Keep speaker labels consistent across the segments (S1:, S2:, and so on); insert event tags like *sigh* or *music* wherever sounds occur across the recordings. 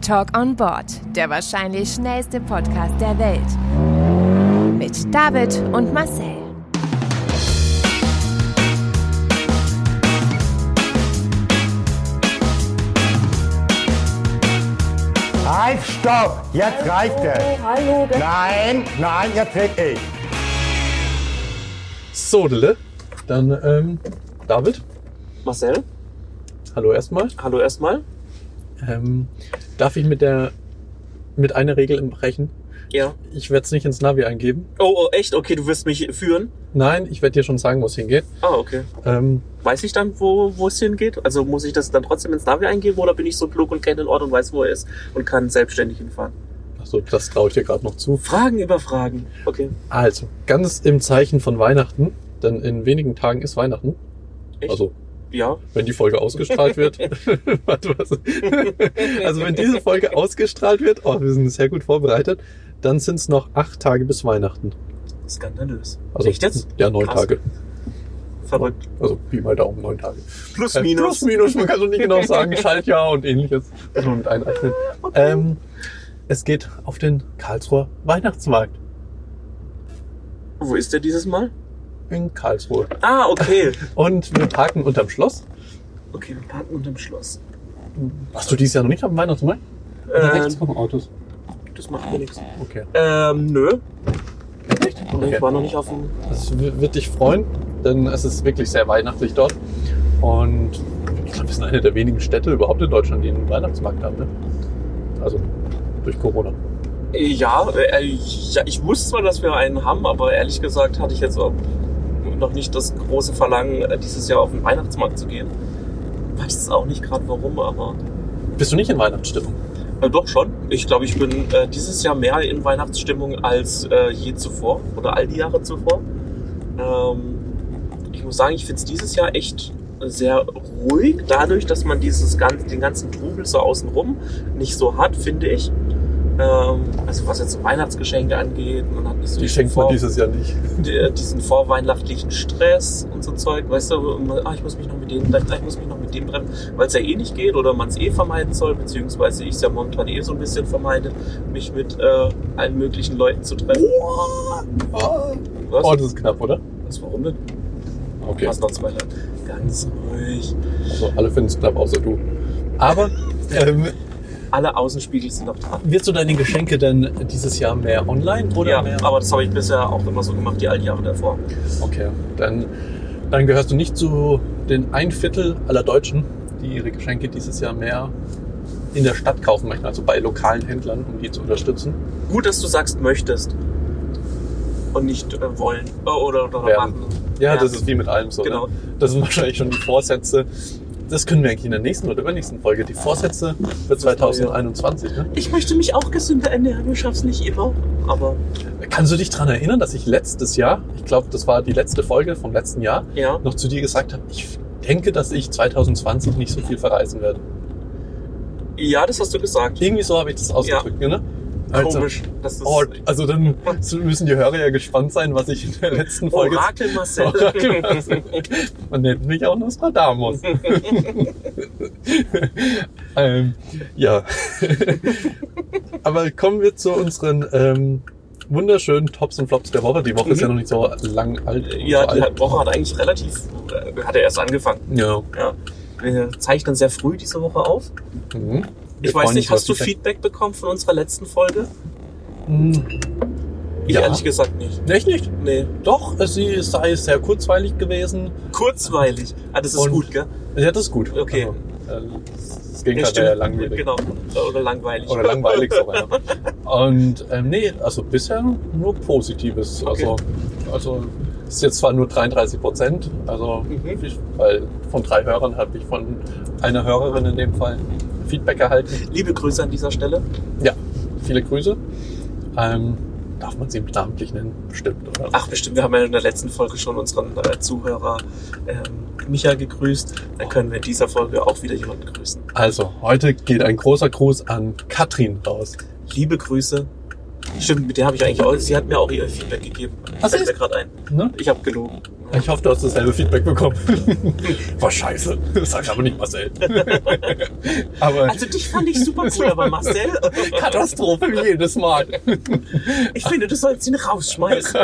S1: Talk on Board, der wahrscheinlich schnellste Podcast der Welt. Mit David und Marcel.
S2: Halt, stopp! Jetzt reicht es!
S3: Hallo, das
S2: Nein, nein, jetzt red ich.
S4: Sodele. Dann ähm, David,
S5: Marcel,
S4: hallo erstmal.
S5: hallo erstmal.
S4: Ähm, darf ich mit der mit einer Regel brechen?
S5: Ja.
S4: Ich werde es nicht ins Navi eingeben.
S5: Oh, oh, echt? Okay, du wirst mich führen?
S4: Nein, ich werde dir schon sagen, wo es hingeht.
S5: Ah, okay.
S4: Ähm,
S5: Weiß ich dann, wo, wo es hingeht? Also muss ich das dann trotzdem ins Navi eingeben oder bin ich so klug und kenne den Ort und weiß, wo er ist und kann selbstständig hinfahren?
S4: also das traue ich dir gerade noch zu.
S5: Fragen über Fragen. Okay.
S4: Also ganz im Zeichen von Weihnachten, denn in wenigen Tagen ist Weihnachten.
S5: Echt?
S4: Also
S5: Ja.
S4: wenn die Folge ausgestrahlt
S5: *laughs*
S4: wird. Warte, was? also wenn diese Folge ausgestrahlt wird, oh, wir sind sehr gut vorbereitet, dann sind es noch acht Tage bis Weihnachten.
S5: Skandalös.
S4: Also
S5: Echt jetzt?
S4: ja neun
S5: Krass.
S4: Tage.
S5: Verrückt.
S4: Also Pi mal Daumen, neun Tage.
S5: Plus,
S4: Äh,
S5: minus.
S4: Plus, minus, man kann so nie
S5: *laughs*
S4: genau sagen, Schaltjahr und ähnliches. Also mit einrechnen. Ähm, es geht auf den Karlsruher Weihnachtsmarkt
S5: Wo ist der dieses Mal?
S4: in Karlsruhe.
S5: Ah, okay.
S4: Und wir parken unterm Schloss.
S5: Okay, wir parken unterm Schloss.
S4: Warst du dieses Jahr noch nicht am Weihnachtsmarkt? Oder
S5: Ähm,
S4: rechts kommen Autos.
S5: das macht mir nichts.
S4: Okay.
S5: Ähm, nö.
S4: Echt?
S5: Ich war noch nicht auf dem...
S4: Das w- wird dich freuen, denn es ist wirklich sehr weihnachtlich dort. Und ich glaube, wir sind eine der wenigen Städte überhaupt in Deutschland, die einen Weihnachtsmarkt haben. Ne? Also durch Corona.
S5: Ja, äh, ja, ich wusste zwar, dass wir einen haben, aber ehrlich gesagt hatte ich jetzt auch noch nicht das große Verlangen, äh, dieses Jahr auf den Weihnachtsmarkt zu gehen. Weiß es auch nicht gerade warum, aber
S4: Bist du nicht in Weihnachtsstimmung?
S5: äh, doch schon. Ich glaube, ich bin äh, dieses Jahr mehr in Weihnachtsstimmung als äh, je zuvor oder all die Jahre zuvor. Ähm, ich muss sagen, ich finde es dieses Jahr echt sehr ruhig, dadurch, dass man dieses ganz, den ganzen Trubel so außenrum nicht so hat, finde ich. Ähm, also was jetzt so Weihnachtsgeschenke angeht, man hat nicht so
S4: Die
S5: diesen
S4: schenkt man
S5: Vor-
S4: dieses Jahr nicht.
S5: d- diesen vorweihnachtlichen Stress und so Zeug, weißt du, wo immer, ah, ich muss mich noch mit dem treffen, ah, ich muss mich noch mit dem treffen, weil es ja eh nicht geht oder man es eh vermeiden soll, beziehungsweise ich es ja momentan eh so ein bisschen vermeide, mich mit äh, allen möglichen Leuten zu treffen.
S4: Oh,
S5: Was?
S4: das ist knapp, oder?
S5: Was, warum denn?
S4: Okay.
S5: Hast noch zwei Leute. Ganz ruhig.
S4: Also alle finden es knapp, außer du. Aber ähm,
S5: Alle Außenspiegel sind noch dran.
S4: wirst du deine Geschenke denn dieses Jahr mehr online oder
S5: ja,
S4: mehr?
S5: aber das habe ich bisher auch immer so gemacht, die alten Jahre davor.
S4: Okay, dann, dann gehörst du nicht zu den ein Viertel aller Deutschen, die ihre Geschenke dieses Jahr mehr in der Stadt kaufen möchten, also bei lokalen Händlern, um die zu unterstützen.
S5: Gut, dass du sagst, möchtest. Und nicht äh, wollen äh, oder, oder
S4: Werden.
S5: machen.
S4: Ja,
S5: Ja.
S4: das ist wie mit allem so.
S5: Genau.
S4: Ne? Das sind wahrscheinlich schon die Vorsätze. Das können wir eigentlich in der nächsten oder übernächsten Folge. Die Vorsätze für 2021. Ne?
S5: Ich möchte mich auch gesünder ernähren, ich schaff's nicht immer, aber
S4: Kannst du dich daran erinnern, dass ich letztes Jahr, ich glaube, das war die letzte Folge vom letzten Jahr,
S5: ja.
S4: noch zu dir gesagt habe, ich denke, dass ich 2020 nicht so viel verreisen werde.
S5: Ja, das hast du gesagt.
S4: Irgendwie so habe ich das ausgedrückt, ne? Also,
S5: Komisch. Das ist
S4: Oh, also
S5: *laughs*
S4: dann müssen die Hörer ja gespannt sein, was ich in der letzten Folge...
S5: Orakel
S4: *laughs*
S5: *laughs* Marcel.
S4: Orakel
S5: genau.
S4: Marcel. Man nennt mich auch Nostradamus. *laughs* ähm,
S5: *laughs*
S4: ja. Aber kommen wir zu unseren ähm, wunderschönen Tops und Flops der Woche. Die Woche ist ja noch nicht so lang alt.
S5: Mhm. ja,
S4: so alt.
S5: die hat- Woche hat eigentlich relativ, äh, hat er erst angefangen.
S4: Ja.
S5: Ja. Wir zeichnen sehr früh diese Woche auf.
S4: Mhm.
S5: Ich
S4: Wir
S5: weiß
S4: freuen
S5: nicht,
S4: uns
S5: hast du
S4: auf die-
S5: Feedback bekommen von unserer letzten Folge?
S4: Hm,
S5: Ich
S4: Ja.
S5: ehrlich gesagt nicht.
S4: Echt nicht?
S5: Nee.
S4: Doch, äh, sie sei sehr kurzweilig gewesen.
S5: Kurzweilig. Ah, das ist
S4: Und-
S5: gut, gell?
S4: Ja, das ist gut.
S5: Okay.
S4: Also, äh, das Gegenteil wäre ja langwierig.
S5: Genau. Oder langweilig.
S4: Oder langweilig so einer. Und ähm, nee, also bisher nur Positives. Also, also ist jetzt zwar nur 33 Prozent, also
S5: Mhm.
S4: ich, weil von drei Hörern habe ich von einer Hörerin in dem Fall Feedback erhalten.
S5: Liebe Grüße an dieser Stelle.
S4: Ja, viele Grüße. Ähm, darf man sie namentlich nennen? Bestimmt, oder?
S5: Ach, bestimmt, wir haben ja in der letzten Folge schon unseren äh, Zuhörer ähm, Micha gegrüßt. Dann können wir in dieser Folge auch wieder jemanden grüßen.
S4: Also, heute geht ein großer Gruß an Katrin raus.
S5: Liebe Grüße Stimmt, mit der habe ich eigentlich auch. Sie hat mir auch ihr Feedback gegeben.
S4: Ach,
S5: Das fällt
S4: siehst-
S5: mir gerade ein.
S4: Ne?
S5: Ich habe gelogen.
S4: Ich hoffe, du hast dasselbe Feedback bekommen. *laughs* War scheiße. Das sag ich aber nicht Marcel. *laughs* aber
S5: Also dich fand ich super cool, aber Marcel,
S4: *laughs* Katastrophe wie jedes Mal.
S5: ich finde, du sollst ihn rausschmeißen.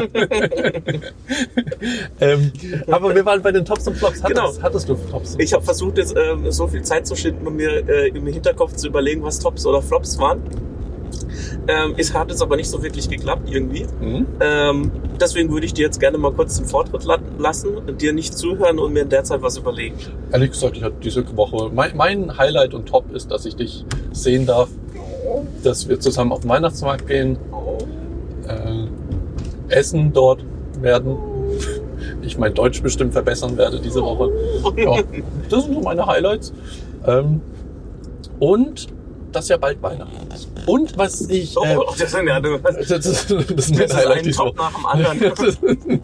S4: ähm, aber wir waren bei den Tops und Flops. Hattest,
S5: Genau.
S4: hattest du Tops?
S5: Ich habe versucht, jetzt, ähm, so viel Zeit zu schinden, um mir äh, im Hinterkopf zu überlegen, was Tops oder Flops waren. Ähm, es hat jetzt aber nicht so wirklich geklappt irgendwie.
S4: Hm?
S5: Ähm, deswegen würde ich dir jetzt gerne mal kurz den Vortritt la lassen, dir nicht zuhören und mir in der Zeit was überlegen.
S4: Ehrlich gesagt, ich hatte diese Woche. Mein, mein Highlight und Top ist, dass ich dich sehen darf, dass wir zusammen auf den Weihnachtsmarkt gehen, äh, essen dort werden. *laughs* Ich mein Deutsch bestimmt verbessern werde diese Woche. Ja, das sind so meine Highlights. Ähm, und dass ja bald Weihnachten ist. Und was ich.
S5: *laughs* Oh,
S4: äh,
S5: das sind ja du,
S4: das,
S5: das
S4: das, das, das ist mein
S5: ist
S4: Highlight
S5: ein
S4: diese
S5: Top
S4: Woche.
S5: nach dem
S4: *laughs*
S5: anderen.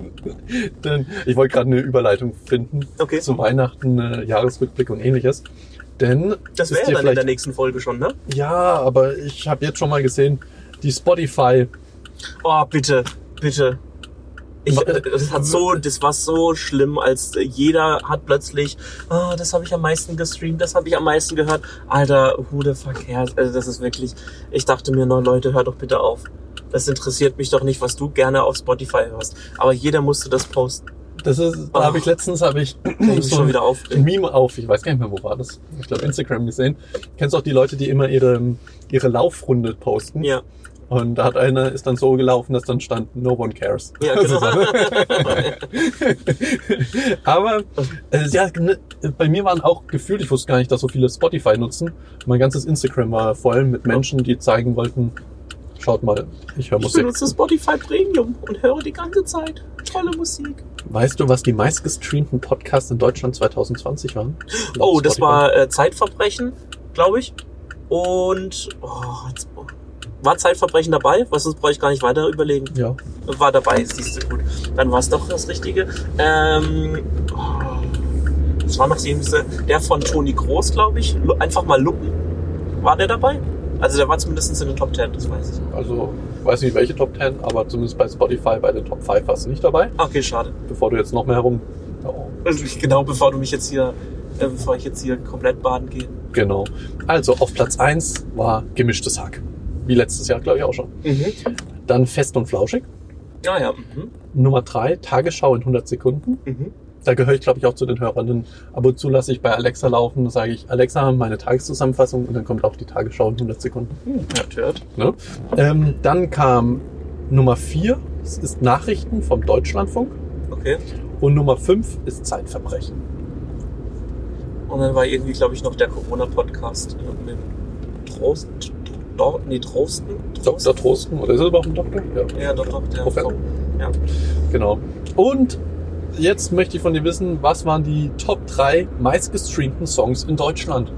S4: Denn ich wollte gerade eine Überleitung finden
S5: Okay.
S4: zu Weihnachten, äh, Jahresrückblick und ähnliches. Denn
S5: Das
S4: ist
S5: wäre
S4: dir
S5: dann in der nächsten Folge schon, ne?
S4: ja, aber ich habe jetzt schon mal gesehen, die Spotify.
S5: Oh, bitte, bitte. Ich,
S4: Ma-
S5: äh, das, hat so, das war so schlimm, als äh, jeder hat plötzlich, ah, das habe ich am meisten gestreamt, das habe ich am meisten gehört. Alter, who the fuck cares? Also das ist wirklich, ich dachte mir, neun Leute, hör doch bitte auf. Das interessiert mich doch nicht, was du gerne auf Spotify hörst. Aber jeder musste das posten.
S4: Das ist, da
S5: Ah.
S4: habe ich letztens habe ich
S5: Ich mich
S4: so
S5: schon
S4: ein
S5: wieder auf.
S4: Meme auf, ich weiß gar nicht mehr, wo war das? Ich glaube Instagram gesehen. Kennst du auch die Leute, die immer ihre, ihre Laufrunde posten?
S5: Ja,
S4: Und da hat einer ist dann so gelaufen, dass dann stand No one cares.
S5: ja,
S4: Das *laughs*
S5: genau.
S4: ist- *laughs* Aber äh, ja, ne, bei mir waren auch gefühlt, ich wusste gar nicht, dass so viele Spotify nutzen. Mein ganzes Instagram war voll mit Menschen, die zeigen wollten, schaut mal, ich höre
S5: Ich
S4: Musik.
S5: benutze Spotify Premium und höre die ganze Zeit tolle Musik.
S4: Weißt du, was die meistgestreamten Podcasts in Deutschland 2020 waren?
S5: Oh, das
S4: Spotify.
S5: war äh, Zeitverbrechen, glaube ich. Und oh, jetzt, war Zeitverbrechen dabei? Was sonst brauche ich gar nicht weiter überlegen.
S4: Ja.
S5: War dabei, siehst du gut. Dann war es doch das Richtige. Ähm, oh, das war noch jemand, der von Toni Groß, glaube ich. Lu- Einfach mal lupen. War der dabei? Also der war zumindest in den Top 10, das weiß ich.
S4: Also, weiß nicht welche Top 10, aber zumindest bei Spotify, bei den Top 5 warst du nicht dabei.
S5: Okay, schade.
S4: Bevor du jetzt noch mehr herum. Oh,
S5: Also ich- Genau bevor du mich jetzt hier, äh, bevor ich jetzt hier komplett baden gehe.
S4: genau. Also, auf Platz 1 war gemischtes Hack. Wie letztes Jahr, glaube ich, auch schon.
S5: Mhm.
S4: Dann fest und flauschig.
S5: Ja, ja. Mhm.
S4: Nummer 3, Tagesschau in 100 Sekunden.
S5: Mhm.
S4: Da gehöre ich, glaube ich, auch zu den Hörern. Denn ab und zu lasse ich bei Alexa laufen, dann sage ich, Alexa, meine Tageszusammenfassung und dann kommt auch die Tagesschau in 100 Sekunden.
S5: Hört, hört.
S4: Ne? Ähm, dann kam Nummer 4, es ist Nachrichten vom Deutschlandfunk.
S5: Okay.
S4: Und Nummer 5 ist Zeitverbrechen.
S5: Und dann war irgendwie, glaube ich, noch der Corona-Podcast äh, mit Trost, Dor, nee, Trosten.
S4: Dr. Trosten, oder ist er überhaupt ein Doktor? Ja,
S5: Ja, doch, doch, der
S4: Professor.
S5: Ja.
S4: genau. Und jetzt möchte ich von dir wissen, was waren die Top 3 meistgestreamten Songs in Deutschland?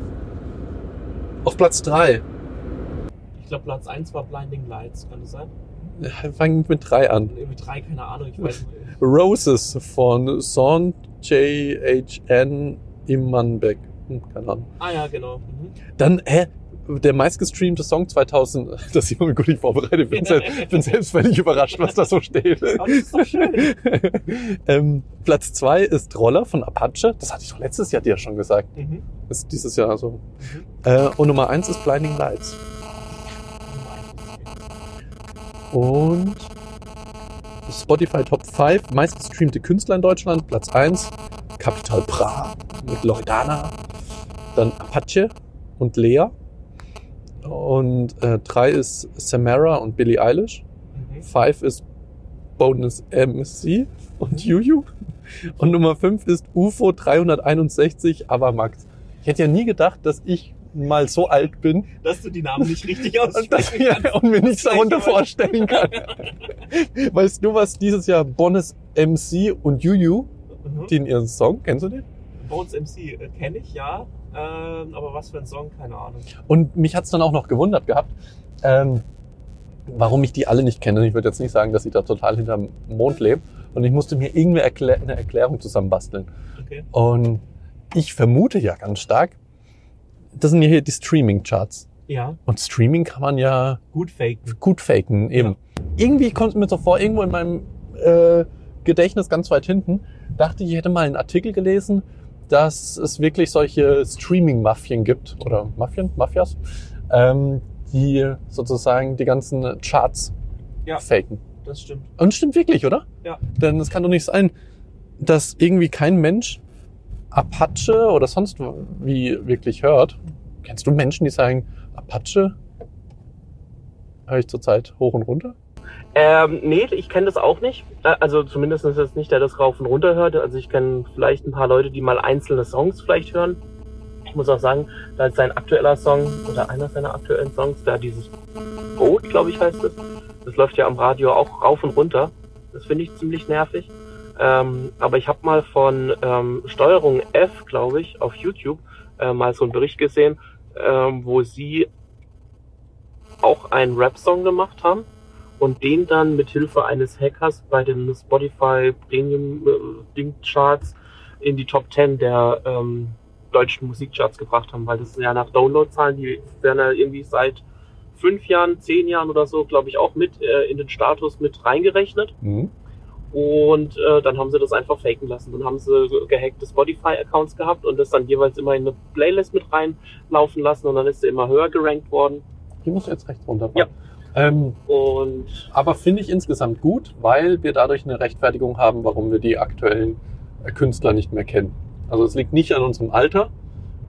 S4: Auf Platz 3.
S5: Ich glaube, Platz 1 war Blinding Lights, kann das sein?
S4: Fangen mit 3 an.
S5: Und irgendwie 3, keine Ahnung, ich weiß *laughs* nicht.
S4: Roses von Son J.H.N. Immanbeck. Hm, keine Ahnung.
S5: Ah ja, genau. Mhm.
S4: Dann, hä? Der meistgestreamte Song 2000, *laughs* dass ich immer gut nicht vorbereitet bin, selbst, bin selbst völlig überrascht, was da so steht.
S5: Aber das ist doch schön.
S4: *laughs* ähm, Platz zwei ist Roller von Apache. Das hatte ich doch letztes Jahr dir schon gesagt.
S5: Mhm.
S4: Das ist dieses Jahr so. Äh, und Nummer eins ist Blinding Lights. Und Spotify Top 5, meistgestreamte Künstler in Deutschland. Platz eins Capital Bra mit Loredana. Dann Apache und Lea. Und äh, drei ist Samara und Billie Eilish.
S5: Mhm.
S4: Five ist Bonus MC und Juju. Und Nummer fünf ist UFO 361 Avamax. Ich hätte ja nie gedacht, dass ich mal so alt bin
S5: Dass du die Namen nicht *laughs* richtig
S4: und, dass
S5: aussprechen
S4: mir, *laughs* und mir nichts darunter vorstellen kann. Weißt du, was dieses Jahr Bonus MC und Juju,
S5: Mhm.
S4: die in ihren Song, kennst du den?
S5: Bones MC äh, kenne ich, ja. Ähm, aber was für ein Song, keine Ahnung.
S4: Und mich hat's dann auch noch gewundert gehabt, ähm, warum ich die alle nicht kenne. Ich würde jetzt nicht sagen, dass ich da total hinterm Mond lebe. Und ich musste mir irgendwie erklä eine Erklärung zusammenbasteln.
S5: Okay.
S4: Und ich vermute ja ganz stark, das sind ja hier die Streaming-Charts.
S5: Ja,
S4: Und Streaming kann man ja
S5: gut faken.
S4: gut faken, eben. Irgendwie kommt es mir so vor, irgendwo in meinem äh, Gedächtnis ganz weit hinten, dachte ich, ich hätte mal einen Artikel gelesen, dass es wirklich solche Streaming-Mafien gibt, oder Mafien, Mafias, ähm, die sozusagen die ganzen Charts
S5: Ja.
S4: faken.
S5: Das stimmt.
S4: Und stimmt wirklich, oder?
S5: Ja.
S4: Denn es kann doch nicht sein, dass irgendwie kein Mensch Apache oder sonst wie wirklich hört. Kennst du Menschen, die sagen, Apache? Höre ich zurzeit hoch und runter?
S5: Ähm, nee, ich kenne das auch nicht. Äh, Also zumindest ist es nicht der, das rauf und runter hört. Also ich kenne vielleicht ein paar Leute, die mal einzelne Songs vielleicht hören. Ich muss auch sagen, da ist sein aktueller Song oder einer seiner aktuellen Songs, da dieses Boot, glaube ich, heißt es. Das läuft ja am Radio auch rauf und runter. Das finde ich ziemlich nervig. Ähm, aber ich habe mal von ähm, Steuerung F, glaube ich, auf YouTube äh, mal so einen Bericht gesehen, ähm, wo sie auch einen Rap-Song gemacht haben und den dann mit Hilfe eines Hackers bei den Spotify Premium äh, Ding Charts in die Top 10 der ähm, deutschen Musikcharts gebracht haben, weil das sind ja nach Downloadzahlen, die werden ja irgendwie seit fünf Jahren, zehn Jahren oder so, glaube ich, auch mit äh, in den Status mit reingerechnet. Und äh, dann haben sie das einfach faken lassen. Dann haben sie gehackte Spotify-Accounts gehabt und das dann jeweils immer in eine Playlist mit reinlaufen lassen und dann ist sie immer höher gerankt worden.
S4: Die muss jetzt rechts runterfahren. Ähm,
S5: Und
S4: aber finde ich insgesamt gut, weil wir dadurch eine Rechtfertigung haben, warum wir die aktuellen äh, Künstler nicht mehr kennen. Also es liegt nicht an unserem Alter,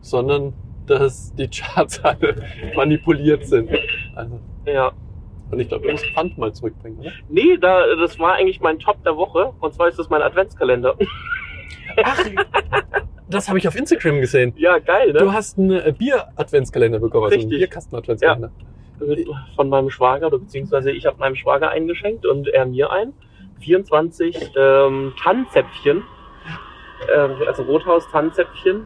S4: sondern dass die Charts alle *laughs* manipuliert sind. Also,
S5: ja,
S4: und ich glaube, du musst Pfand mal zurückbringen, oder?
S5: Nee, da, das war eigentlich mein Top der Woche. Und zwar ist das mein Adventskalender. *laughs*
S4: Das habe ich auf Instagram gesehen.
S5: Ja, geil,
S4: Du
S5: ne?
S4: hast einen äh, Bier-Adventskalender bekommen, also einen
S5: Richtig.
S4: Bierkasten-Adventskalender.
S5: Mit- Von meinem Schwager, oder beziehungsweise ich habe meinem Schwager eingeschenkt und er mir ein. 24 ähm, Tannenzäpfchen. Ähm, also Rothaus-Tannenzäpfchen.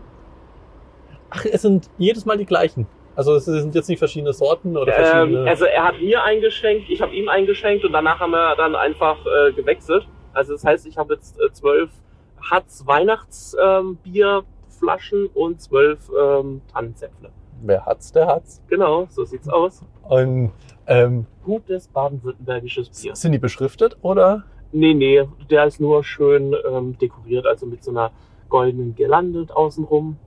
S4: Ach, es sind jedes Mal die gleichen. Also es sind jetzt nicht verschiedene Sorten oder
S5: Ähm,
S4: verschiedene.
S5: also er hat mir eingeschenkt, ich habe ihm eingeschenkt und danach haben wir dann einfach äh, gewechselt. Also das heißt, ich habe jetzt äh, zwölf Hatz Weihnachtsbierflaschen und zwölf ähm, Tannenzäpfle.
S4: wer hat's, der hat's.
S5: Genau, so sieht's aus.
S4: Und ähm,
S5: gutes baden-württembergisches Bier.
S4: sind die beschriftet oder?
S5: Nee, nee, der ist nur schön ähm, dekoriert, also mit so einer goldenen Girlande außenrum.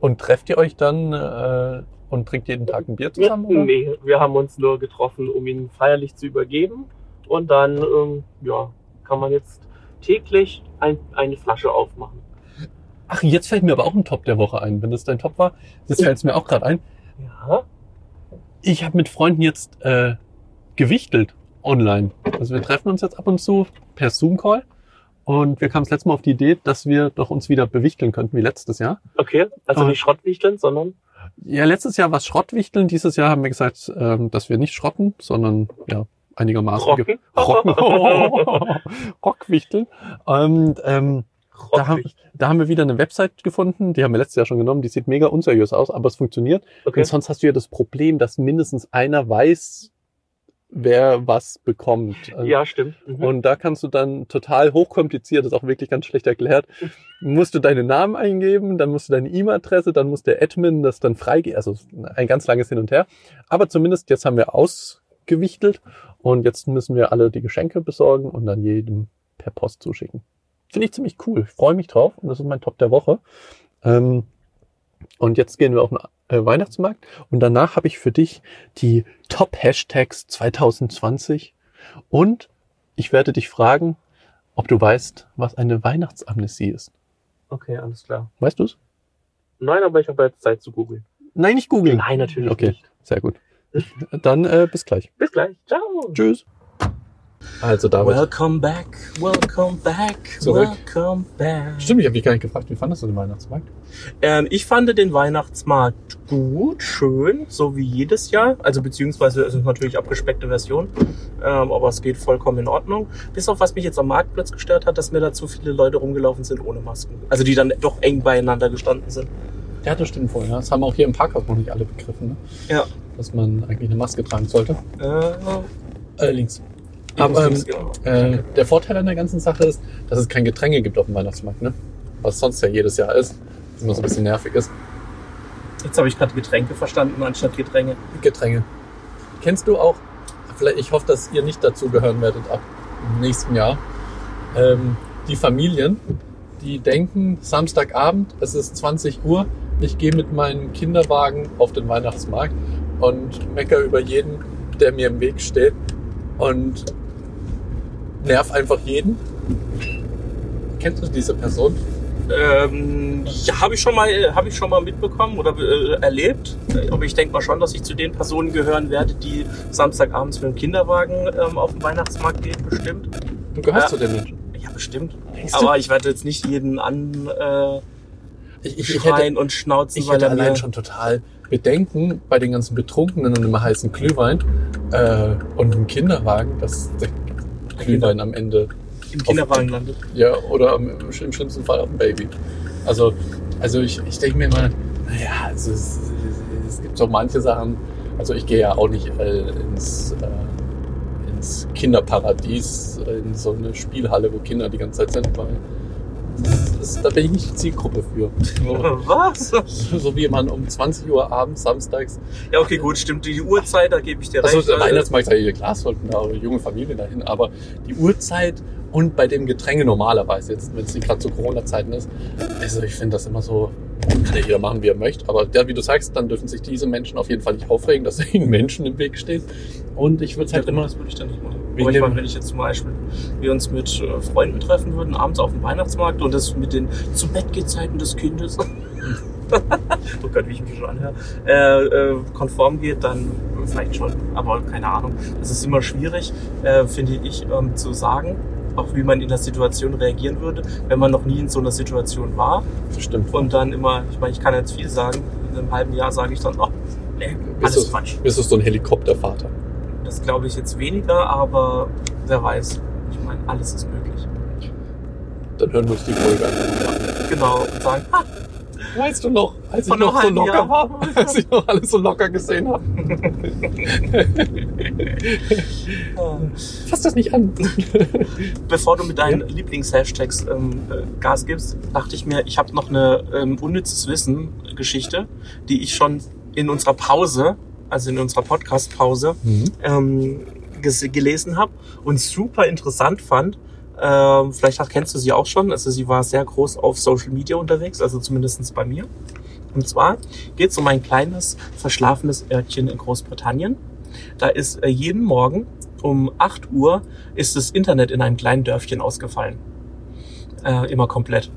S4: Und trefft ihr euch dann äh, und trinkt jeden Tag ein Bier zusammen? Oder?
S5: nee, wir haben uns nur getroffen, um ihn feierlich zu übergeben. Und dann, ähm, ja, kann man jetzt täglich ein, eine Flasche aufmachen.
S4: Ach, jetzt fällt mir aber auch ein Top der Woche ein. Wenn das dein Top war, das fällt mir auch gerade ein.
S5: Ja,
S4: Ich habe mit Freunden jetzt äh, gewichtelt online. Also wir treffen uns jetzt ab und zu per Zoom-Call. Und wir kamen das letzte Mal auf die Idee, dass wir doch uns wieder bewichteln könnten wie letztes Jahr.
S5: okay. Also
S4: Aber-
S5: nicht Schrottwichteln, sondern
S4: Ja, letztes Jahr war es Schrottwichteln. Dieses Jahr haben wir gesagt, ähm, dass wir nicht schrotten, sondern ja, einigermaßen
S5: Rocken.
S4: ge-
S5: *laughs*
S4: Rocken. *laughs* Rockwichteln. Und ähm, da, haben,
S5: Schrottwichteln.
S4: da haben wir wieder eine Website gefunden. Die haben wir letztes Jahr schon genommen. Die sieht mega unseriös aus, aber es funktioniert.
S5: Okay.
S4: Und sonst hast du ja das Problem, dass mindestens einer weiß, wer was bekommt. Also-
S5: Ja, stimmt. Mhm.
S4: und da kannst du dann total hochkompliziert, das ist auch wirklich ganz schlecht erklärt, musst du deinen Namen eingeben, dann musst du deine E-Mail-Adresse, dann muss der Admin das dann freigeben. Also ein ganz langes Hin und Her. Aber zumindest jetzt haben wir ausgewichtelt und jetzt müssen wir alle die Geschenke besorgen und dann jedem per Post zuschicken. Finde ich ziemlich cool. Ich freue mich drauf und das ist mein Top der Woche. Ähm, und jetzt gehen wir auf den äh, Weihnachtsmarkt und danach habe ich für dich die Top-Hashtags 2020 und ich werde dich fragen, ob du weißt, was eine Weihnachtsamnesie ist.
S5: Okay, alles klar.
S4: Weißt du es?
S5: Nein, aber ich habe jetzt Zeit zu googeln.
S4: Nein, nicht googeln.
S5: Nein, natürlich
S4: Okay.
S5: nicht.
S4: Sehr gut. Dann äh, bis gleich.
S5: Bis gleich. Ciao.
S4: Tschüss. Also David.
S5: Welcome back, welcome back,
S4: Zurück.
S5: welcome back.
S4: Stimmt, ich habe dich gar nicht gefragt, wie fandest du den Weihnachtsmarkt?
S5: Ähm, ich fand den Weihnachtsmarkt gut, schön, so wie jedes Jahr. Also beziehungsweise es ist natürlich abgespeckte Version, ähm, aber es geht vollkommen in Ordnung. Bis auf was mich jetzt am Marktplatz gestört hat, dass mir da zu viele Leute rumgelaufen sind ohne Masken. Also die dann doch eng beieinander gestanden sind.
S4: Ja, das stimmt wohl. Ja. Das haben auch hier im Parkhaus noch nicht alle begriffen, ne?
S5: Ja.
S4: dass man eigentlich eine Maske tragen sollte.
S5: Äh,
S4: Äh, links.
S5: ich
S4: Aber ähm,
S5: muss links gehen.
S4: äh, der Vorteil an der ganzen Sache ist, dass es kein Getränke gibt auf dem Weihnachtsmarkt, ne? was sonst ja jedes Jahr ist, was immer so ein bisschen nervig ist.
S5: Jetzt habe ich gerade Getränke verstanden, anstatt Gedränge.
S4: Getränke. Kennst du auch, vielleicht, ich hoffe, dass ihr nicht dazugehören werdet ab nächsten Jahr, ähm, die Familien, die denken, Samstagabend, es ist 20 Uhr, ich gehe mit meinem Kinderwagen auf den Weihnachtsmarkt und mecker über jeden, der mir im Weg steht und nerv einfach jeden. Kennst du diese Person?
S5: Ähm, ja, habe ich schon mal, habe ich schon mal mitbekommen oder äh, erlebt. Aber ich denke mal schon, dass ich zu den Personen gehören werde, die Samstagabends mit dem Kinderwagen ähm, auf den Weihnachtsmarkt gehen, bestimmt.
S4: Du gehörst
S5: Ja.
S4: zu den Menschen.
S5: Ja, bestimmt.
S4: Denkst du?
S5: Aber ich werde jetzt nicht jeden an äh,
S4: Ich,
S5: schreien und schnauzen,
S4: Ich
S5: weil
S4: hätte
S5: er mir
S4: allein schon total Bedenken bei den ganzen Betrunkenen und einem heißen Glühwein äh, und einem Kinderwagen, dass der Glühwein am Ende,
S5: im Kinderwagen landet. *laughs*
S4: ja, oder am, im schlimmsten Fall auf dem Baby. Also, also ich, ich denke mir immer, naja, also es, es gibt so manche Sachen, also ich gehe ja auch nicht äh, ins, äh, ins Kinderparadies, äh, in so eine Spielhalle, wo Kinder die ganze Zeit sind, weil das, ist- da bin ich nicht Zielgruppe für. So.
S5: Was?
S4: *laughs* So wie man um 20 Uhr abends, samstags.
S5: Ja, okay, gut, stimmt. Die Uhrzeit, da gebe ich dir recht.
S4: Also der
S5: Äh,
S4: Weihnachtsmarkt hat hier Glas sollten da oder junge Familien dahin, aber die Uhrzeit und bei dem Getränke normalerweise, jetzt wenn es nicht gerade zu Corona-Zeiten ist, also ich finde das immer so, kann ja jeder machen, wie er möchte. Aber der, wie du sagst, dann dürfen sich diese Menschen auf jeden Fall nicht aufregen, dass *laughs* ihnen Menschen im Weg stehen. Und ich würde es
S5: Ja,
S4: halt immer.
S5: das würde ich dann nicht machen.
S4: Wegen
S5: Aber ich
S4: dem-
S5: meine, wenn ich jetzt zum Beispiel wir uns mit äh, Freunden treffen würden, abends auf dem Weihnachtsmarkt und das mit den zu Bett geht Zeiten des Kindes, *laughs* oh Gott, wie ich mich schon anhöre, äh, äh, konform geht, dann vielleicht schon. Aber keine Ahnung. Das ist immer schwierig, äh, finde ich, ähm, zu sagen, auch wie man in der Situation reagieren würde, wenn man noch nie in so einer Situation war.
S4: Stimmt.
S5: Und dann immer, ich meine, ich kann jetzt viel sagen, in einem halben Jahr sage ich dann, oh, nee,
S4: Bist
S5: alles
S4: du,
S5: Quatsch.
S4: bist du so ein Helikoptervater?
S5: Das glaube ich jetzt weniger, aber wer weiß. Ich meine, alles ist möglich.
S4: Dann hören wir uns die Folge einfach mal an.
S5: Genau, und sagen, ha,
S4: Weißt du noch, als ich
S5: Von
S4: noch so
S5: einem halben
S4: locker
S5: Jahr.
S4: war, *laughs* als ich noch alles so locker gesehen habe?
S5: äh,
S4: Fass das nicht
S5: *laughs*
S4: an.
S5: bevor du mit deinen Lieblingshashtags ähm, äh, Gas gibst, dachte ich mir, ich habe noch eine ähm, unnützes Wissen-Geschichte, die ich schon in unserer Pause, also in unserer Podcast-Pause, ähm, ges- gelesen habe und super interessant fand. Ähm, vielleicht hat, kennst du sie auch schon. Also sie war sehr groß auf Social Media unterwegs, also zumindestens bei mir. Und zwar geht es um ein kleines, verschlafenes Örtchen in Großbritannien. Da ist äh, jeden Morgen um 8 Uhr ist das Internet in einem kleinen Dörfchen ausgefallen. Äh, immer komplett.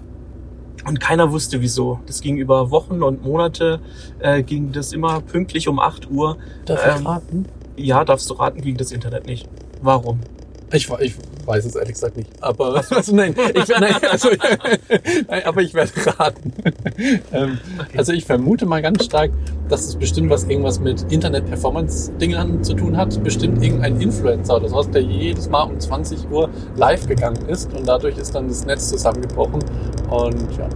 S5: Und keiner wusste wieso. Das ging über Wochen und Monate, äh, ging das immer pünktlich um 8 Uhr.
S4: Darf
S5: Ähm,
S4: ich raten?
S5: Ja, darfst du raten, ging das Internet nicht. Warum?
S4: Ich, wa- ich weiß es ehrlich gesagt nicht. Aber *laughs* also nein, ich, nein, also, *laughs* nein, aber ich werde raten. *laughs* Ähm, Also ich vermute mal ganz stark, dass es bestimmt was irgendwas mit Internet-Performance-Dingern zu tun hat. Bestimmt irgendein Influencer oder sowas, der jedes Mal um 20 Uhr live gegangen ist und dadurch ist dann das Netz zusammengebrochen. Und ja.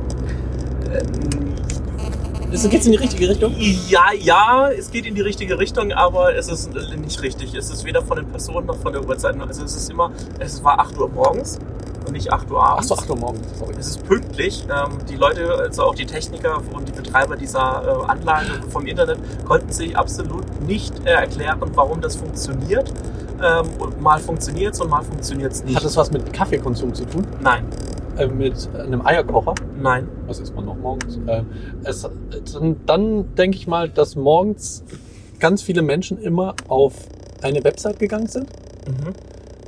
S4: Geht es in die richtige Richtung?
S5: Ja, ja, es geht in die richtige Richtung, aber es ist nicht richtig. Es ist weder von den Personen noch von der Uhrzeit. Also es ist immer, es war 8 Uhr morgens und nicht 8 Uhr
S4: Ach
S5: abends.
S4: so, 8 Uhr morgens. Sorry.
S5: Es ist pünktlich. Ähm, die Leute, also auch die Techniker und die Betreiber dieser äh, Anlage vom Internet, konnten sich absolut nicht äh, erklären, warum das funktioniert. Ähm, und mal funktioniert es und mal funktioniert es nicht.
S4: Hat es was mit Kaffeekonsum zu tun?
S5: Nein,
S4: Äh, mit einem Eierkocher?
S5: nein.
S4: was isst man noch morgens? Äh, es, dann dann denke ich mal, dass morgens ganz viele Menschen immer auf eine Website gegangen sind.
S5: Mhm.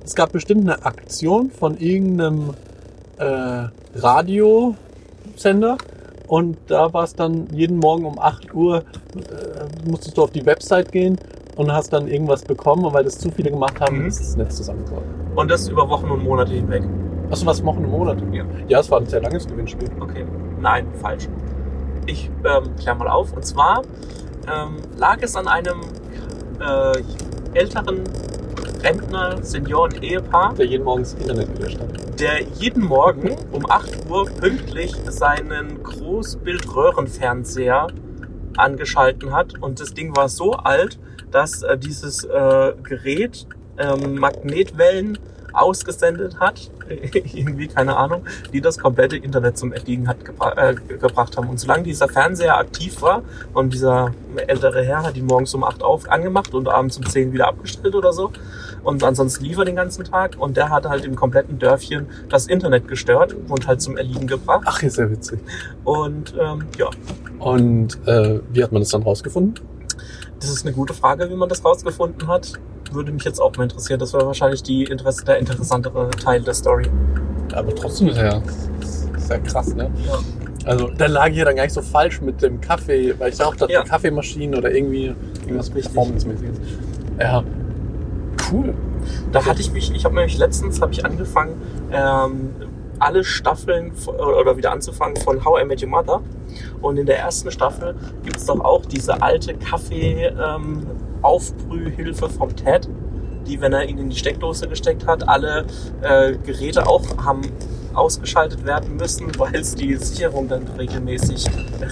S4: Es gab bestimmt eine Aktion von irgendeinem äh, Radiosender und da war es dann jeden Morgen um 8 Uhr, äh, musstest du auf die Website gehen und hast dann irgendwas bekommen und weil das zu viele gemacht haben,
S5: Mhm.
S4: ist das Netz zusammengebrochen.
S5: Und das über Wochen und Monate hinweg.
S4: Achso, was Wochen und Monate?
S5: Ja.
S4: ja, es war ein sehr langes Gewinnspiel.
S5: Okay, nein, falsch. Ich ähm, klär mal auf. Und zwar ähm, lag es an einem äh, älteren Rentner, Senioren, Ehepaar,
S4: Der jeden Morgen das Internet gelöscht hat.
S5: der jeden Morgen um 8 Uhr pünktlich seinen Großbildröhrenfernseher angeschalten hat. Und das Ding war so alt, dass äh, dieses äh, Gerät ähm, Magnetwellen ausgesendet hat, *laughs* irgendwie, keine Ahnung, die das komplette Internet zum Erliegen hat gebra äh, gebracht haben. Und solange dieser Fernseher aktiv war und dieser ältere Herr hat ihn morgens um 8 auf angemacht und abends um 10 wieder abgestellt oder so und ansonsten lief er den ganzen Tag und der hat halt im kompletten Dörfchen das Internet gestört und halt zum Erliegen gebracht.
S4: Ach, ist ja witzig.
S5: Und ähm, ja,
S4: Und äh, wie hat man das dann rausgefunden?
S5: das ist eine gute Frage, wie man das rausgefunden hat. Würde mich jetzt auch mal interessieren. Das wäre wahrscheinlich die Interesse, der interessantere Teil der Story.
S4: Aber trotzdem ist ja, ist ja krass, ne? Also da lag ich ja dann gar nicht so falsch mit dem Kaffee, weil ich da auch dachte,
S5: Ja.
S4: Kaffeemaschinen oder irgendwie irgendwas
S5: Richtig.
S4: Performance-mäßiges. Ja, cool.
S5: Da hatte ich mich, ich habe nämlich letztens habe ich angefangen, ähm, alle Staffeln f- oder wieder anzufangen von How I Met Your Mother. Und in der ersten Staffel gibt es doch auch diese alte Kaffee-Aufbrühhilfe vom Ted, die, wenn er ihn in die Steckdose gesteckt hat, alle äh, Geräte auch haben ausgeschaltet werden müssen, *laughs* weil es die Sicherung dann regelmäßig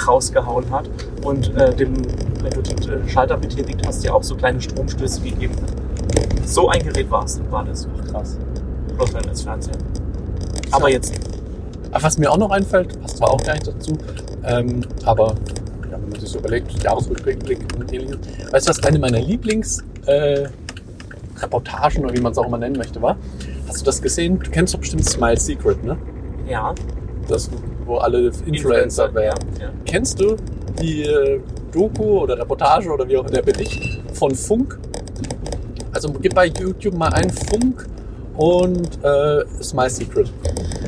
S5: rausgehauen hat. Und äh, dem, wenn du den äh, Schalter betätigt hast, dir auch so kleine Stromstöße gegeben hat. So ein Gerät war es, war das.
S4: Krass.
S5: Bloß wenn das Fernseher. Aber jetzt,
S4: Aber was mir auch noch einfällt, passt zwar auch gar nicht dazu, ähm, aber ja, wenn man sich so überlegt, Jahresrückblick und ähnliches. Weißt du, was eine meiner Lieblings-Reportagen oder wie man es auch immer nennen möchte war? Hast du das gesehen? Du kennst doch bestimmt Smile Secret, ne?
S5: ja.
S4: Das, wo alle Influencer
S5: ja.
S4: wären. Kennst du die äh, Doku oder Reportage oder wie auch immer Bericht von Funk? Also gib bei YouTube mal ein Funk und äh, Smile Secret.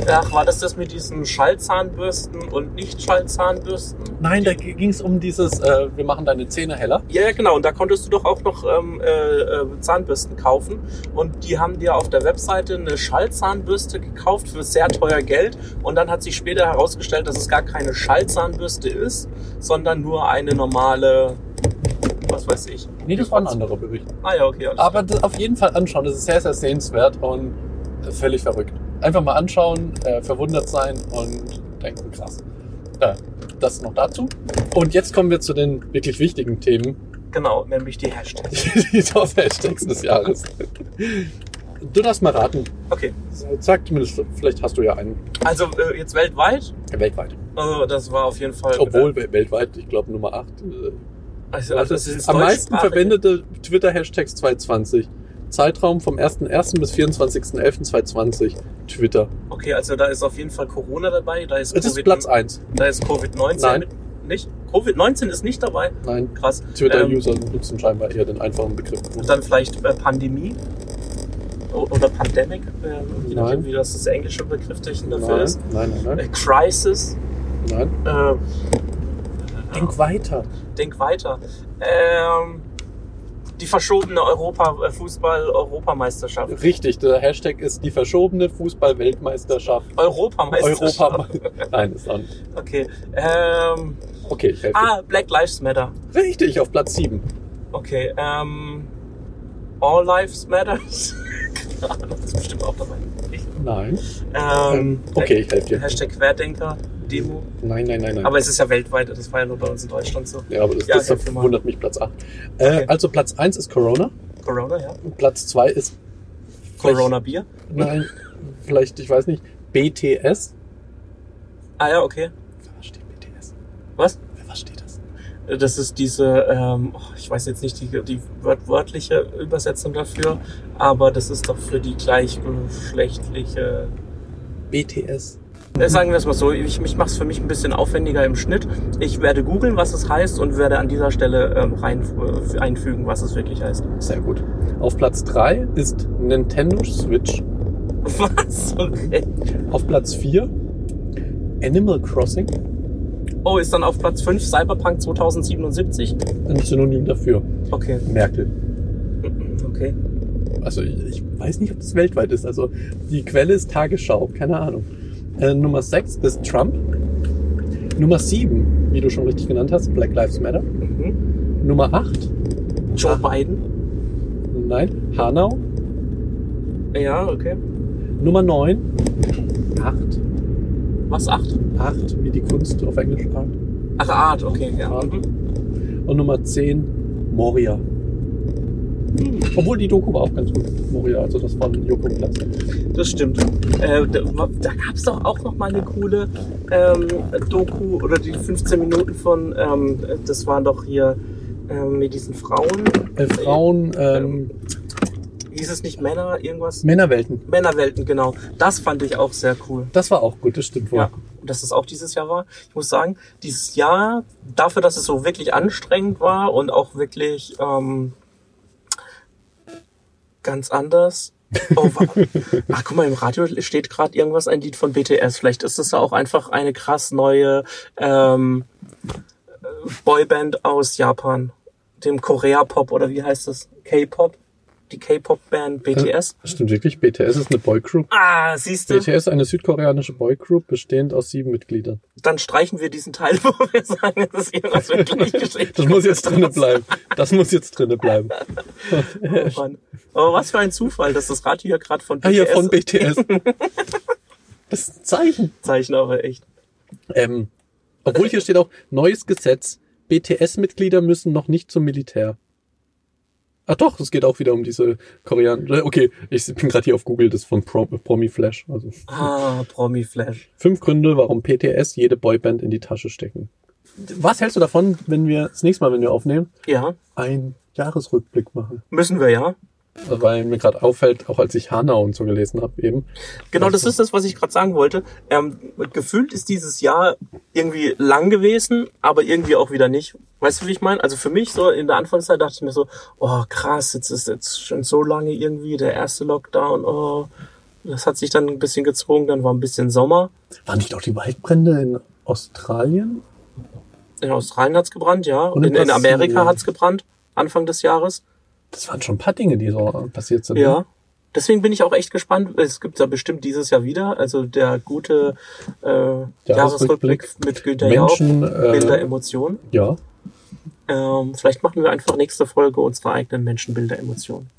S5: Ach, war das das mit diesen Schallzahnbürsten und Nicht-Schallzahnbürsten?
S4: Nein, da ging es um dieses, äh, wir machen deine Zähne heller.
S5: Ja, ja, genau. Und da konntest du doch auch noch ähm, äh, äh, Zahnbürsten kaufen. Und die haben dir auf der Webseite eine Schallzahnbürste gekauft für sehr teuer Geld. Und dann hat sich später herausgestellt, dass es gar keine Schallzahnbürste ist, sondern nur eine normale, was weiß ich.
S4: Nee, das war ein anderer Bericht.
S5: Ah ja, okay. alles
S4: Aber das auf jeden Fall anschauen, das ist sehr, sehr sehenswert und äh, völlig verrückt. Einfach mal anschauen, äh, verwundert sein und denken, krass. Ja, das noch dazu. Und jetzt kommen wir zu den wirklich wichtigen Themen
S5: Genau, nämlich die Hashtags.
S4: die Top-Hashtags des Jahres. Du darfst mal raten.
S5: Okay,
S4: Sag zumindest, vielleicht hast du ja einen
S5: also äh, jetzt weltweit.
S4: weltweit.
S5: Also das war auf jeden Fall. äh,
S4: Obwohl we- weltweit, ich glaube Nummer 8. äh,
S5: also,
S4: Also
S5: es ist
S4: am meisten
S5: deutschsprachig.
S4: verwendete Twitter-Hashtags 2020. Zeitraum vom 1.1. bis 24.11.2020. Twitter.
S5: Okay, also da ist auf jeden Fall Corona dabei. Da ist
S4: Das ist Platz 1.
S5: Da ist Covid-19
S4: Nein.
S5: mit. Nicht? Covid-19 ist nicht dabei.
S4: Nein,
S5: Krass.
S4: Twitter-User nutzen scheinbar eher den einfachen Begriff.
S5: Und Ähm. dann vielleicht äh, Pandemie O- oder Pandemic, äh, je
S4: Nein.
S5: nachdem, wie das, das englische Begriff dafür
S4: nein,
S5: ist.
S4: nein, nein,
S5: Äh, Crisis.
S4: nein, nein.
S5: Äh,
S4: Denk weiter.
S5: denk weiter. Ähm, die verschobene Europa äh, Fußball-Europameisterschaft.
S4: Richtig, der Hashtag ist die verschobene Fußball-Weltmeisterschaft.
S5: Europameisterschaft.
S4: Europa. *laughs* Nein, ist an.
S5: Okay. Ähm,
S4: Okay, ich helfe.
S5: ah, Black Lives Matter.
S4: Richtig, auf Platz 7.
S5: Okay. Ähm, All Lives Matter. *laughs* Keine Ahnung, das ist bestimmt auch dabei.
S4: Nein.
S5: Ähm,
S4: Okay, ich helfe dir.
S5: Hashtag Querdenker Demo.
S4: Nein, nein, nein, nein.
S5: Aber es ist ja weltweit, das war ja nur bei uns in Deutschland so.
S4: ja, aber das,
S5: Ja,
S4: das
S5: hilf mir mal.
S4: wundert mich Platz 8. Äh,
S5: Okay.
S4: Also Platz 1 ist Corona.
S5: Corona, ja.
S4: Platz 2 ist
S5: Corona Bier. *laughs*
S4: Nein, vielleicht, ich weiß nicht. BTS?
S5: Ah ja, okay.
S4: Was steht BTS?
S5: Was?
S4: Für was steht das?
S5: Das ist diese, ähm, oh, ich weiß jetzt nicht die, die wört- wörtliche Übersetzung dafür, aber das ist doch für die gleichgeschlechtliche
S4: BTS.
S5: Äh, Sagen wir es mal so, ich, ich mache es für mich ein bisschen aufwendiger im Schnitt. Ich werde googeln, was es heißt und werde an dieser Stelle ähm, rein, äh, einfügen, was es wirklich heißt. *laughs*
S4: Sehr gut. Auf Platz 3 ist Nintendo Switch.
S5: Was? Okay.
S4: Auf Platz 4 Animal Crossing.
S5: Oh, ist dann auf Platz 5 Cyberpunk 2077?
S4: Ein Synonym dafür.
S5: Okay,
S4: Merkel.
S5: okay.
S4: Also ich, ich weiß nicht, ob das weltweit ist. Also die Quelle ist Tagesschau. Keine Ahnung. Äh, Nummer 6 ist Trump. Nummer 7, wie du schon richtig genannt hast, Black Lives Matter.
S5: Mhm.
S4: Nummer 8,
S5: Joe Biden?
S4: nein, Hanau.
S5: Ja, okay.
S4: Nummer 9. 8.
S5: Was? Acht?
S4: 8, wie die Kunst auf Englisch Art.
S5: Ah. Ach, Art, okay, ja.
S4: Art.
S5: Mhm.
S4: Und Nummer 10, Moria.
S5: Hm.
S4: Obwohl die Doku war auch ganz gut, Moria, also das von Joko Klasse.
S5: Das stimmt. Äh, da da gab es doch auch noch mal eine coole ähm, Doku oder die 15 Minuten von, ähm, das waren doch hier ähm, mit diesen Frauen.
S4: Äh, Frauen, ähm,
S5: Hieß es nicht Männer, irgendwas?
S4: Männerwelten.
S5: Männerwelten, genau. Das fand ich auch sehr cool.
S4: Das war auch gut, das stimmt wohl.
S5: Ja, und dass das auch dieses Jahr war. Ich muss sagen, dieses Jahr, dafür, dass es so wirklich anstrengend war und auch wirklich ähm, ganz anders. Oh, wa- Ach, guck mal, im Radio steht gerade irgendwas, ein Lied von BTS. Vielleicht ist das ja auch einfach eine krass neue ähm, äh, Boyband aus Japan. Dem Korea-Pop oder wie heißt das? K-Pop? Die K-Pop-Band BTS?
S4: Stimmt wirklich, BTS ist eine Boygroup.
S5: Ah, siehst du?
S4: BTS, eine südkoreanische Boygroup, bestehend aus sieben Mitgliedern.
S5: dann streichen wir diesen Teil, *laughs* wo wir sagen, es
S4: *laughs*
S5: ist irgendwas wirklich geschickt.
S4: Das muss jetzt drinne bleiben. Das muss jetzt drinne bleiben.
S5: Aber was für ein Zufall, dass das Radio hier gerade von
S4: Ah,
S5: BTS
S4: hier von BTS. Das ist ein Zeichen.
S5: Zeichen, aber echt.
S4: Ähm, obwohl hier steht auch neues Gesetz. BTS-Mitglieder müssen noch nicht zum Militär. Ach doch, es geht auch wieder um diese Koreaner. Okay, ich bin gerade hier auf Google, das ist von Prom Promi Flash. Also
S5: Ah, Promi Flash.
S4: fünf Gründe, warum PTS jede Boyband in die Tasche stecken. Was hältst du davon, wenn wir das nächste Mal, wenn wir aufnehmen,
S5: Ja,
S4: einen Jahresrückblick machen?
S5: müssen wir ja.
S4: Weil mir gerade auffällt, auch als ich Hanau und so gelesen habe eben,
S5: Genau, das ist das, was ich gerade sagen wollte. Ähm, gefühlt ist dieses Jahr irgendwie lang gewesen, aber irgendwie auch wieder nicht. Weißt du, wie ich meine? Also für mich so in der Anfangszeit dachte ich mir so, oh krass, jetzt ist jetzt schon so lange irgendwie der erste Lockdown. Oh, das hat sich dann ein bisschen gezogen, dann war ein bisschen Sommer.
S4: waren nicht auch die Waldbrände in Australien?
S5: In Australien hat's gebrannt, ja.
S4: Und
S5: Und
S4: in
S5: in, in
S4: Brasilien.
S5: Amerika hat's gebrannt, Anfang des Jahres.
S4: Das waren schon ein paar Dinge, die so passiert sind. ne?
S5: Ja. Deswegen bin ich auch echt gespannt. Es gibt ja bestimmt dieses Jahr wieder. Also der gute äh, Jahresrückblick mit Günther Jauch,
S4: Menschen, äh,
S5: Bilder, Emotionen.
S4: Ja,
S5: Ähm, vielleicht machen wir einfach nächste Folge unsere eigenen Menschen, Bilder, Emotionen.